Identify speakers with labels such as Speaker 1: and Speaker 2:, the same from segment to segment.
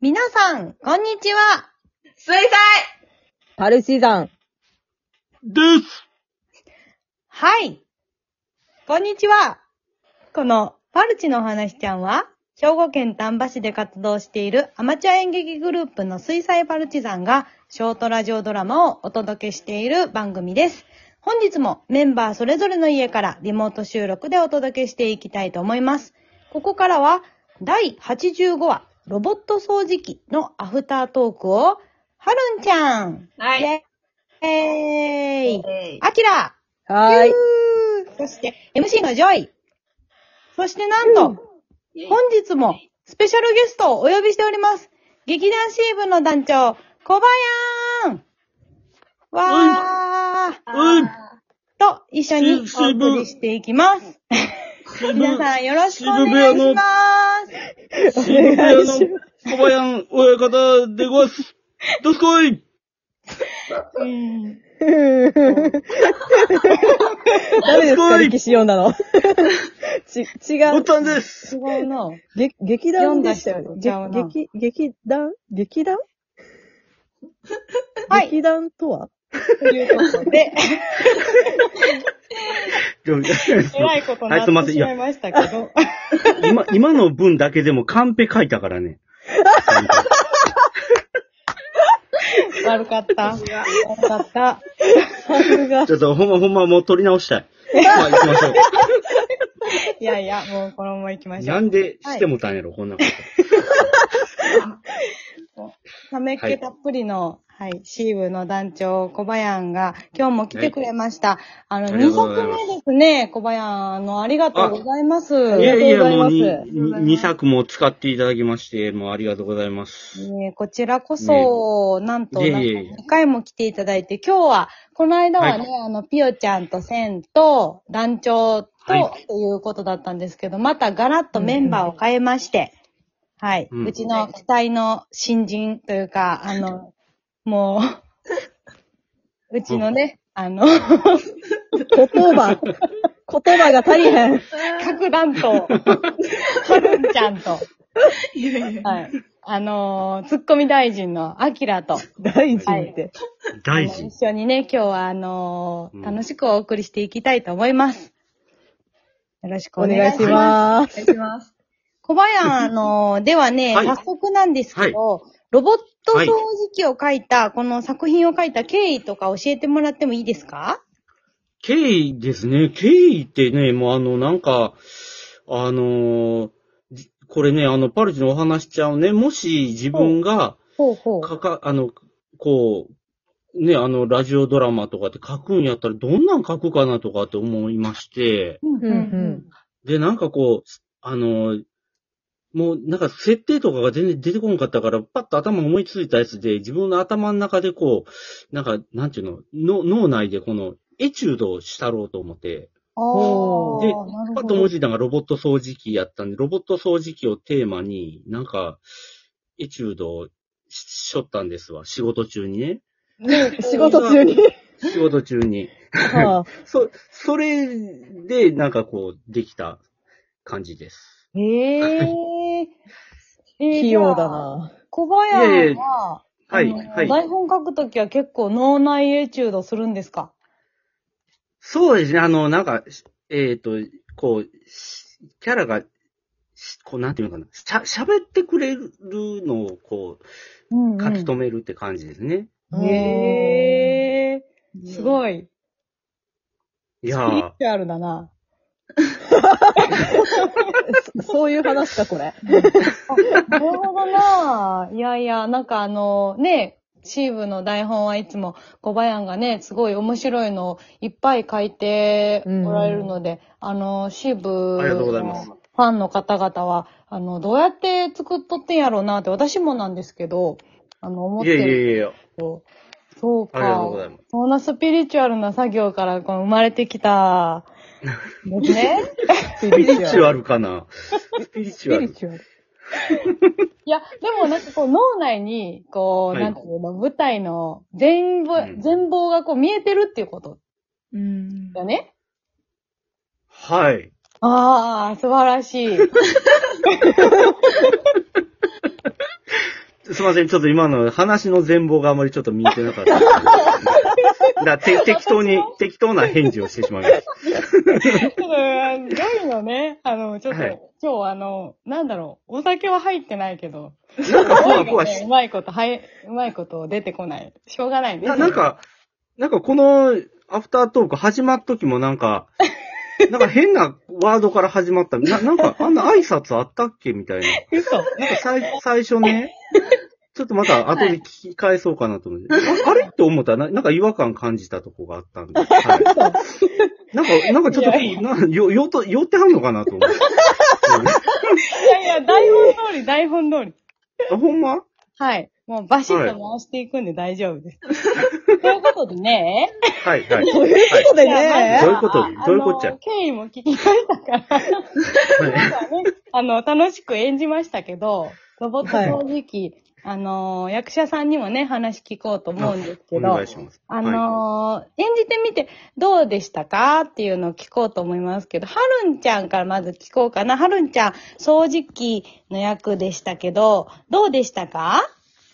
Speaker 1: 皆さん、こんにちは。
Speaker 2: 水彩
Speaker 3: パルシザン。
Speaker 4: です。
Speaker 1: はい。こんにちは。この、パルチのお話ちゃんは、兵庫県丹波市で活動しているアマチュア演劇グループの水彩パルチザンが、ショートラジオドラマをお届けしている番組です。本日もメンバーそれぞれの家からリモート収録でお届けしていきたいと思います。ここからは、第85話、ロボット掃除機のアフタートークを、はるんちゃん、
Speaker 2: は
Speaker 1: イ
Speaker 2: い。
Speaker 1: エーイ
Speaker 2: えー
Speaker 1: アキラ
Speaker 3: はーい。
Speaker 1: そして、MC のジョイ。そしてなんと、本日もスペシャルゲストをお呼びしております。劇団シーブの団長、小林わー
Speaker 4: うん。
Speaker 1: と一緒にお送りしていきます。
Speaker 4: シブ
Speaker 1: 皆さんよろしくお願いします。
Speaker 4: シブ部屋の小林親方でごわす。どすこい
Speaker 1: うん
Speaker 3: ダメですか歴史読んだの。 ち、違
Speaker 4: ボ
Speaker 3: う。
Speaker 4: タンです。
Speaker 1: 違うな。
Speaker 3: 劇劇団でしたよね。
Speaker 1: 読んだ人と
Speaker 3: 劇、劇団劇団
Speaker 1: はい。
Speaker 3: 劇団とは
Speaker 1: ということで、えらいことになってしまいましたけど。
Speaker 4: 今、今の文だけでもカンペ書いたか らね。
Speaker 1: 悪かった。悪かった。
Speaker 3: さすが。
Speaker 4: ちょっとほんまほんまもう取り直したい。まあ行きましょう。
Speaker 1: いやいや、もうこのまま行きましょ
Speaker 4: な
Speaker 1: う。
Speaker 4: んでしてもたんやろ、こんなこ
Speaker 1: ためっけたっぷりの、はい、シーブの団長、小林が今日も来てくれました。あの、
Speaker 4: ありが
Speaker 1: 2
Speaker 4: とうござい
Speaker 1: 作目
Speaker 4: ます
Speaker 1: ですね、小林。あの、ありがとうございます。
Speaker 4: と。い
Speaker 3: や
Speaker 4: やいや、もう
Speaker 3: あり
Speaker 4: に
Speaker 3: がとうございます
Speaker 4: に二作も使っていただきまして、もうありがとうございます。
Speaker 1: ねこちらこそ、なんと、
Speaker 4: いえい
Speaker 1: なん
Speaker 4: え
Speaker 1: か
Speaker 4: いえ
Speaker 1: 2回も来ていただいて、今日は、この間はね、
Speaker 4: は
Speaker 1: あの、ピヨちゃんとセンと、団長と、
Speaker 4: はい
Speaker 1: ということだったんですけど、またガラッとメンバーを変えまして、はい、
Speaker 4: うん
Speaker 1: うちの期待の新人というか、あの、もう、 うちのね、あの、
Speaker 3: 言葉。言葉が足りへん。
Speaker 1: 核弾 頭、はるんちゃんと、はい、あのー、ツッコミ大臣のアキラと、
Speaker 3: 大臣って。
Speaker 4: 大
Speaker 1: あの
Speaker 4: 臣。
Speaker 1: 一緒にね、今日はあのー
Speaker 4: うん
Speaker 1: 楽しくお送りしていきたいと思います。よろしくお
Speaker 3: お
Speaker 1: 願い
Speaker 3: 願い
Speaker 1: し
Speaker 3: し
Speaker 1: ます。
Speaker 3: ます。
Speaker 2: お願いします。
Speaker 1: 小林、あのーではね、
Speaker 4: はい
Speaker 1: 早速なんですけど、ロボット掃除機を書いた、この作品を書いた経緯とか教えてもらってもいいですか
Speaker 4: 経緯ですね。経緯ってね、もうあの、なんか、あのーじこれね、あの、パルチのお話しちゃうね、もし自分が、
Speaker 1: ほうほ
Speaker 4: かか、あの、こう、ね、あの、ラジオドラマとかって書くんやったら、どんなん書くかなとかって思いまして、
Speaker 1: うん
Speaker 3: うんうん。
Speaker 4: で、なんかこう、あのーもう、なんか設定とかが全然出てこなかったから、パッと頭思いついたやつで、自分の頭の中でこう、なんか、なんていうの、の脳内でこの、エチュードをしたろうと思って、
Speaker 1: あー
Speaker 4: で
Speaker 1: なる
Speaker 4: パ
Speaker 1: ほ
Speaker 4: ッと思い
Speaker 1: ど。
Speaker 4: ついたのがロボット掃除機やったんで、ロボット掃除機をテーマに、なんか、エチュードをししょったんですわ。仕事中にね。
Speaker 3: 仕事中に。
Speaker 4: 仕事中に。
Speaker 3: はあ
Speaker 4: そ、それで、なんかこう、できた感じです。
Speaker 1: へえー。えー
Speaker 3: 器用だ。
Speaker 1: じゃあ
Speaker 3: な。
Speaker 1: 小林は、
Speaker 4: いやいやは
Speaker 1: あ
Speaker 4: い、
Speaker 1: の
Speaker 4: はい。
Speaker 1: 台本書くときは結構脳内エチュードするんですか
Speaker 4: そうですね。あの、なんか、しえっ、と、こう、しキャラが、しこう、なんていうのかな。しゃ、喋ってくれるのを、こ
Speaker 1: うん、
Speaker 4: う、書き留めるって感じですね。
Speaker 1: へえー、す
Speaker 2: い。
Speaker 1: ごい。
Speaker 4: いや
Speaker 1: スピリ
Speaker 4: ー
Speaker 1: チ。ュアルだ な。
Speaker 3: そそういう話か、これ。
Speaker 1: なるほどな。いやいや、なんかあの、ね、チームの台本はいつも小林がね、すごい面白いのをいっぱい書いておられるので、あの、シーブ
Speaker 4: ありがとうございます
Speaker 1: のファンの方々は、あの、どうやって作っとってんやろうなって、私もなんですけど、あの、思っ
Speaker 4: いや
Speaker 1: て
Speaker 4: いや
Speaker 1: る
Speaker 4: いやいや。
Speaker 1: けど、そうか。
Speaker 4: ありがとうございます。
Speaker 1: そんなスピリチュアルな作業からこう生まれてきた、ですね。
Speaker 3: ス
Speaker 4: スピリチュ
Speaker 3: アル。
Speaker 4: アルかなスピリ
Speaker 3: ス
Speaker 4: チュア
Speaker 3: ピリ
Speaker 4: ル。
Speaker 3: チュアル。
Speaker 1: いや、でもなんかこう脳内に、こう、
Speaker 4: はい
Speaker 1: なんていうの、舞台の全部、
Speaker 4: うん
Speaker 1: 全貌がこう見えてるっていうこと
Speaker 2: うん。
Speaker 1: だね。
Speaker 4: はい。
Speaker 1: ああ、素晴らしい。
Speaker 4: すいません、ちょっと今の話の全貌があまりちょっと見えてな かった。だからて適当に、適当な返事をしてしまいました。
Speaker 1: ちょっと、ガイのね、あの、ちょっと、
Speaker 4: はい
Speaker 1: 今日あの、なんだろう、お酒は入ってないけど、
Speaker 4: なんか、ふわふわし
Speaker 1: うまいこと、はいうまいこと出てこない。しょうがないね。
Speaker 4: な、なんか、なんかこのアフタートーク始まっときもなん か、なんか変なワードから始まった。な、なんかあんな挨拶あったっけみたいな。
Speaker 1: 嘘。
Speaker 4: なんか最、最初ね、ちょっとまた後で聞き返そうかなと思 って。ああれって思ったら、ななんか違和感感じたとこがあったん で。はい。なんか、なんかちょっ
Speaker 1: いやい
Speaker 4: と、なんよ、よと、よってはんのかなと思って。
Speaker 1: いやいや、台本通り、台本通り。
Speaker 4: うんあ、ほんま
Speaker 1: はい。もうバシッと回していくんで大丈夫です。 ということでね。
Speaker 4: はい、 はい。
Speaker 3: ということで
Speaker 1: じゃあまず
Speaker 4: ど
Speaker 3: ね
Speaker 1: は
Speaker 4: ういうこと
Speaker 1: あ
Speaker 4: どういうこっちゃ
Speaker 1: あの経緯も聞きましたから。
Speaker 4: はい
Speaker 1: ねあの、楽しく演じましたけど、ロボット掃除機、あの、役者さんにもね、話聞こうと思うんですけ
Speaker 4: お
Speaker 1: ど
Speaker 4: 願い、します。
Speaker 1: あ
Speaker 4: はい
Speaker 1: のー演じてみてどうでしたかっていうのを聞こうと思いますけど、はるんちゃんからまず聞こうかな。はるんちゃん、掃除機の役でしたけど、どうでしたか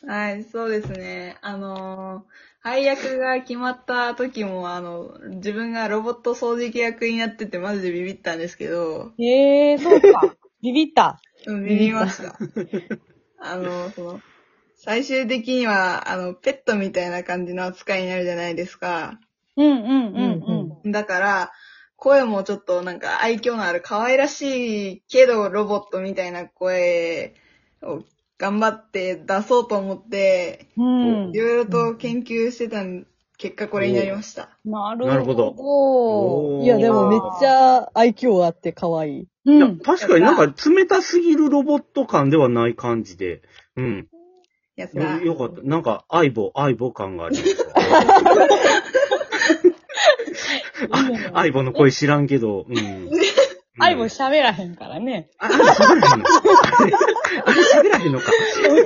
Speaker 2: はい、そうですね。あのー配役が決まった時も、あの、自分がロボット掃除機役になってて、マジでビビったんですけど、
Speaker 1: ええー、そうか。 ビビった。
Speaker 2: うん、ビビりました。あの、その、最終的には、あの、ペットみたいな感じの扱いになるじゃないですか。
Speaker 1: うんうんうんうん。
Speaker 2: だから、声もちょっとなんか愛嬌のある可愛らしいけどロボットみたいな声を頑張って出そうと思って、
Speaker 1: うん
Speaker 2: い。ろいろと研究してたん結果これになりました。
Speaker 1: な
Speaker 4: な
Speaker 1: る
Speaker 4: る
Speaker 1: ほど
Speaker 4: ほど。おー
Speaker 3: いや、でもめっちゃ愛嬌あって可愛い。
Speaker 1: う
Speaker 4: いや
Speaker 1: ん。
Speaker 4: 確かになんか冷たすぎるロボット感ではない感じで。うん。
Speaker 2: やった。
Speaker 4: よ、よかった。なんか、相棒、相棒感がありました。あ相棒の声知らんけど、うん。
Speaker 1: アイボ喋らへんからね。
Speaker 4: あ、あれ喋らへんのあれあれ喋らへんのか。
Speaker 1: アイ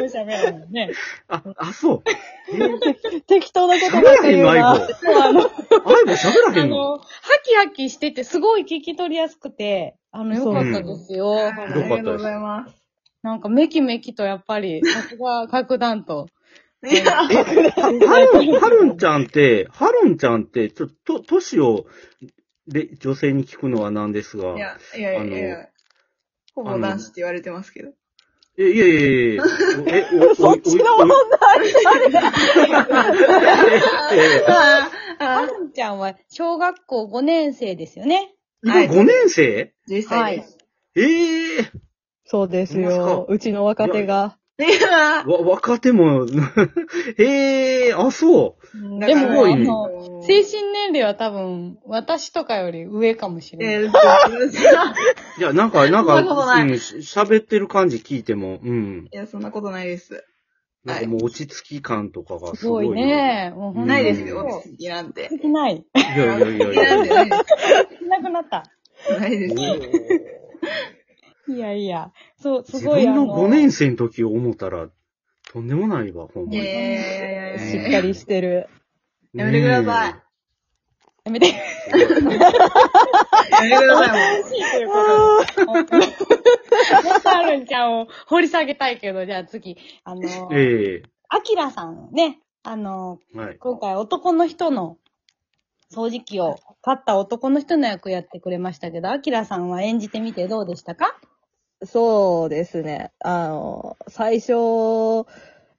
Speaker 1: ボ喋らへん ね。
Speaker 4: あ、あ、そう。えー
Speaker 3: 適当なこと
Speaker 4: 喋
Speaker 3: だ
Speaker 4: ら
Speaker 3: け
Speaker 4: へん
Speaker 3: 言う
Speaker 4: の、相
Speaker 3: な。
Speaker 4: 棒。
Speaker 1: そう、あの、
Speaker 4: 相棒喋らへ
Speaker 1: あ
Speaker 4: んの
Speaker 1: の、ハキハキしてて、すごい聞き取りやすくて、あの、良かったですよ。
Speaker 2: はいあり
Speaker 4: よか
Speaker 2: がとう
Speaker 4: ったで
Speaker 2: ご
Speaker 4: す
Speaker 2: ざいます。
Speaker 1: なんか、メキメキとやっぱり、さすが、核弾と。
Speaker 2: いや
Speaker 4: え、はるん、はるんちゃんって、はるんちゃんって、ちょっと、と歳を、で、女性に聞くのはなんですが。
Speaker 2: い
Speaker 4: いや、
Speaker 2: や、いやいやいや、ほぼ男子って言われてますけど。
Speaker 4: えいやいやいやえ、お、
Speaker 3: そっちの問
Speaker 4: 題
Speaker 2: あ
Speaker 1: は
Speaker 2: あ、
Speaker 1: るんちゃんは、小学校5年生ですよね。
Speaker 4: 今5年生
Speaker 2: 実際です。
Speaker 4: ええ
Speaker 3: そうです
Speaker 4: そう
Speaker 3: よ。うちの若手が。
Speaker 2: いや
Speaker 4: わ、若手も、ええあ、そう。
Speaker 2: だ
Speaker 1: で
Speaker 2: から
Speaker 1: も、あ
Speaker 4: す
Speaker 1: の、精神年齢は多分、私とかより上かもしれない。
Speaker 2: えーと
Speaker 4: いや、なんか、なんか、
Speaker 2: そんなことない
Speaker 4: うんし喋ってる感じ聞いても、うん。
Speaker 2: いや、そんなことないです。
Speaker 4: なんかもう落ち着き感とかが
Speaker 1: す
Speaker 4: す
Speaker 1: ご
Speaker 4: ごい
Speaker 1: い
Speaker 4: よ。
Speaker 1: ね。もうほんとに
Speaker 2: ないですよ、
Speaker 1: そ
Speaker 2: 落ち着きなんて。
Speaker 1: うない。
Speaker 4: いやいやいやい
Speaker 2: な
Speaker 4: や
Speaker 2: んてないです
Speaker 1: いなくなった。
Speaker 2: ないです。
Speaker 1: いやいや。そう、す
Speaker 4: 自
Speaker 1: ごい。
Speaker 4: 分の
Speaker 1: あ
Speaker 4: 5年生の時を思ったら、とんでもないわ、ほんま
Speaker 2: い
Speaker 4: に。
Speaker 2: やいやいやい
Speaker 3: し
Speaker 2: や
Speaker 3: っ
Speaker 2: いや
Speaker 3: かりしてる。
Speaker 2: やめてください
Speaker 4: ね
Speaker 1: やめて。し
Speaker 2: やめてください、もう。
Speaker 1: いという ことで。もっとあるんちゃんを掘り下げたいけど、じゃあ次。あの、
Speaker 4: え。え
Speaker 1: あきらさんね。あの、
Speaker 4: えはい。
Speaker 1: 今回男の人の掃除機を買った男の人の役やってくれましたけど、あきらさんは演じてみてどうでしたか
Speaker 3: そうですね。あの、最初、ロ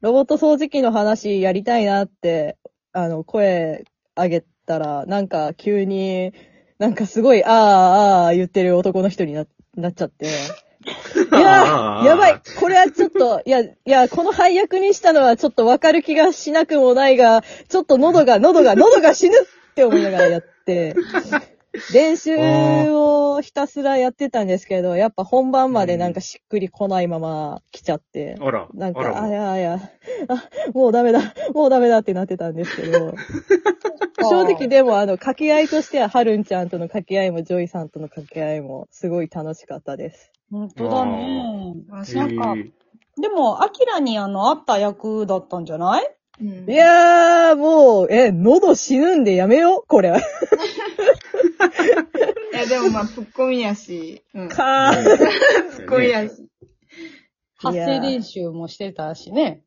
Speaker 3: ボット掃除機の話やりたいなって、あの、声上げたら、なんか急に、なんかすごい、ああ、ああ、言ってる男の人にななっちゃって。い
Speaker 4: あ
Speaker 3: や、
Speaker 4: あ
Speaker 3: やばい。これはちょっと、いや、いや、この配役にしたのはちょっとわかる気がしなくもないが、ちょっと喉が、喉が、喉が死ぬって思いながらやって、練習をひたすらやってたんですけど、やっぱ本番までなんかしっくりこないまま来ちゃって、
Speaker 4: あら、
Speaker 3: なん
Speaker 4: あら
Speaker 3: か、あ
Speaker 4: ま、
Speaker 3: やあや、あ、もうダメだ、もうダメだってなってたんですけ ど、正直でもあの、掛け合いとしては、はるんちゃんとの掛け合いも、ジョイさんとの掛け合いも、すごい楽しかったです。
Speaker 1: 本当だね。
Speaker 2: わし
Speaker 1: な
Speaker 2: は
Speaker 1: んか
Speaker 4: ええ
Speaker 1: でも、アキラにあの、あった役だったんじゃない
Speaker 2: うん
Speaker 3: いやー、もう、え、喉死ぬんでやめよう、これ。
Speaker 2: いや、でもまあ、ツッコミやし、うん。ツ
Speaker 3: かー。
Speaker 2: ッコミやし。
Speaker 3: い
Speaker 1: 発
Speaker 3: や
Speaker 1: 声練習もしてたしね。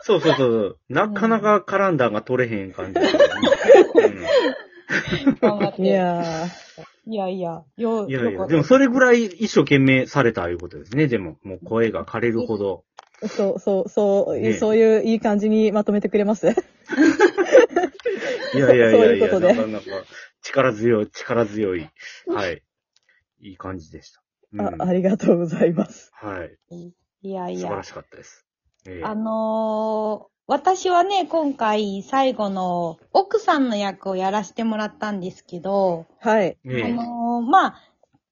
Speaker 4: そうそうそう。なかなかカランダーが取れへん感じ、うん
Speaker 1: 頑張って。
Speaker 3: い
Speaker 1: いや
Speaker 3: やー、
Speaker 1: いや、よう、
Speaker 4: いやい
Speaker 1: よか
Speaker 4: や、
Speaker 1: っ
Speaker 4: で
Speaker 1: た
Speaker 4: もそれぐらい一生懸命されたいうことですね。でも、もう声が枯れるほど。
Speaker 3: そう、そう、そう、
Speaker 4: ね
Speaker 3: そういういい感じにまとめてくれます。
Speaker 4: いやいやいやい
Speaker 3: そういうこ
Speaker 4: や、
Speaker 3: とで
Speaker 4: なかなか力強い、力強い。はい。いい感じでした。うん、
Speaker 3: あありがとうございます。
Speaker 4: はい。
Speaker 1: いやい
Speaker 4: 素晴ら
Speaker 1: や。
Speaker 4: しかったです。ええ
Speaker 1: あのー、私はね、今回最後の奥さんの役をやらせてもらったんですけど、
Speaker 3: はい。
Speaker 4: え
Speaker 1: あ
Speaker 4: え
Speaker 1: のーまあ、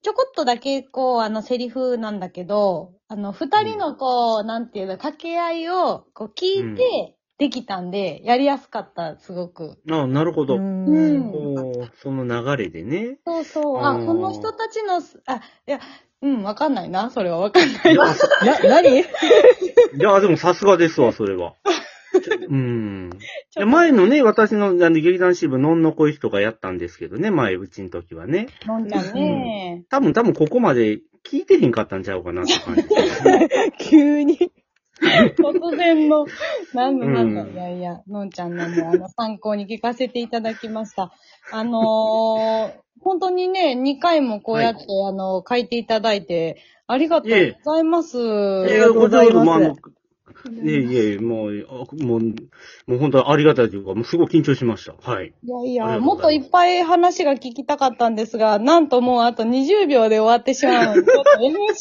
Speaker 1: ちょこっとだけ、こう、あの、セリフなんだけど、あの、二人の、こう、なんていうの、掛け合いを、こう、聞いて、できたんで、やりやすかった、すごく。
Speaker 4: あ、なるほど。
Speaker 1: うん
Speaker 4: おーその流れでね。
Speaker 1: そうそう。あ、
Speaker 4: うん
Speaker 1: この人たちのす、あ、いや、うん、わかんないな、それはわかんない。
Speaker 3: な、何
Speaker 4: いや、でもさすがですわ、それは。うん。いや前のね、私のあの劇団支部、のんのこい人がやったんですけどね、前、うちの時はね。
Speaker 1: 飲んじゃうね。
Speaker 4: 多分、多分ここまで聞いてへんかったんちゃうかなって感じ。
Speaker 3: 急に。
Speaker 1: 突然の、なんだなんだ、
Speaker 4: うん
Speaker 1: いやいや、のんちゃんのも、あの、参考に聞かせていただきました。あのー、本当にね、2回もこうやって、あの、書いていただいて、ありがとうございます。
Speaker 4: え
Speaker 3: りがとうござ
Speaker 4: えこちらこ
Speaker 3: います
Speaker 4: そまああのいえいえ、もう、あもう、もう本当にありがたいというか、もうすごい緊張しました。はい。
Speaker 1: いやい
Speaker 4: あり
Speaker 1: や、
Speaker 4: がとう
Speaker 1: もっ
Speaker 4: ござ
Speaker 1: と
Speaker 4: い
Speaker 1: い
Speaker 4: ます
Speaker 1: っぱい話が聞きたかったんですが、なんともうあと20秒で終わってしまうので、ちょっと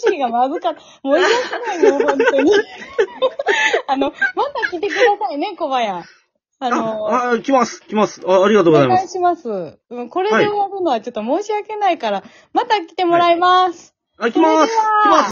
Speaker 1: MC がまずかった。もういらないよ、本当 に。あの、また来てくださいね、小林。あの、
Speaker 4: あ、あ来ます、来ます。あありがと
Speaker 1: お
Speaker 4: うございま
Speaker 1: 願い
Speaker 4: す。
Speaker 1: します。うんこれで終わるのはちょっと申し訳ないから、また来てもらいます。
Speaker 4: あ、来ます、来ます。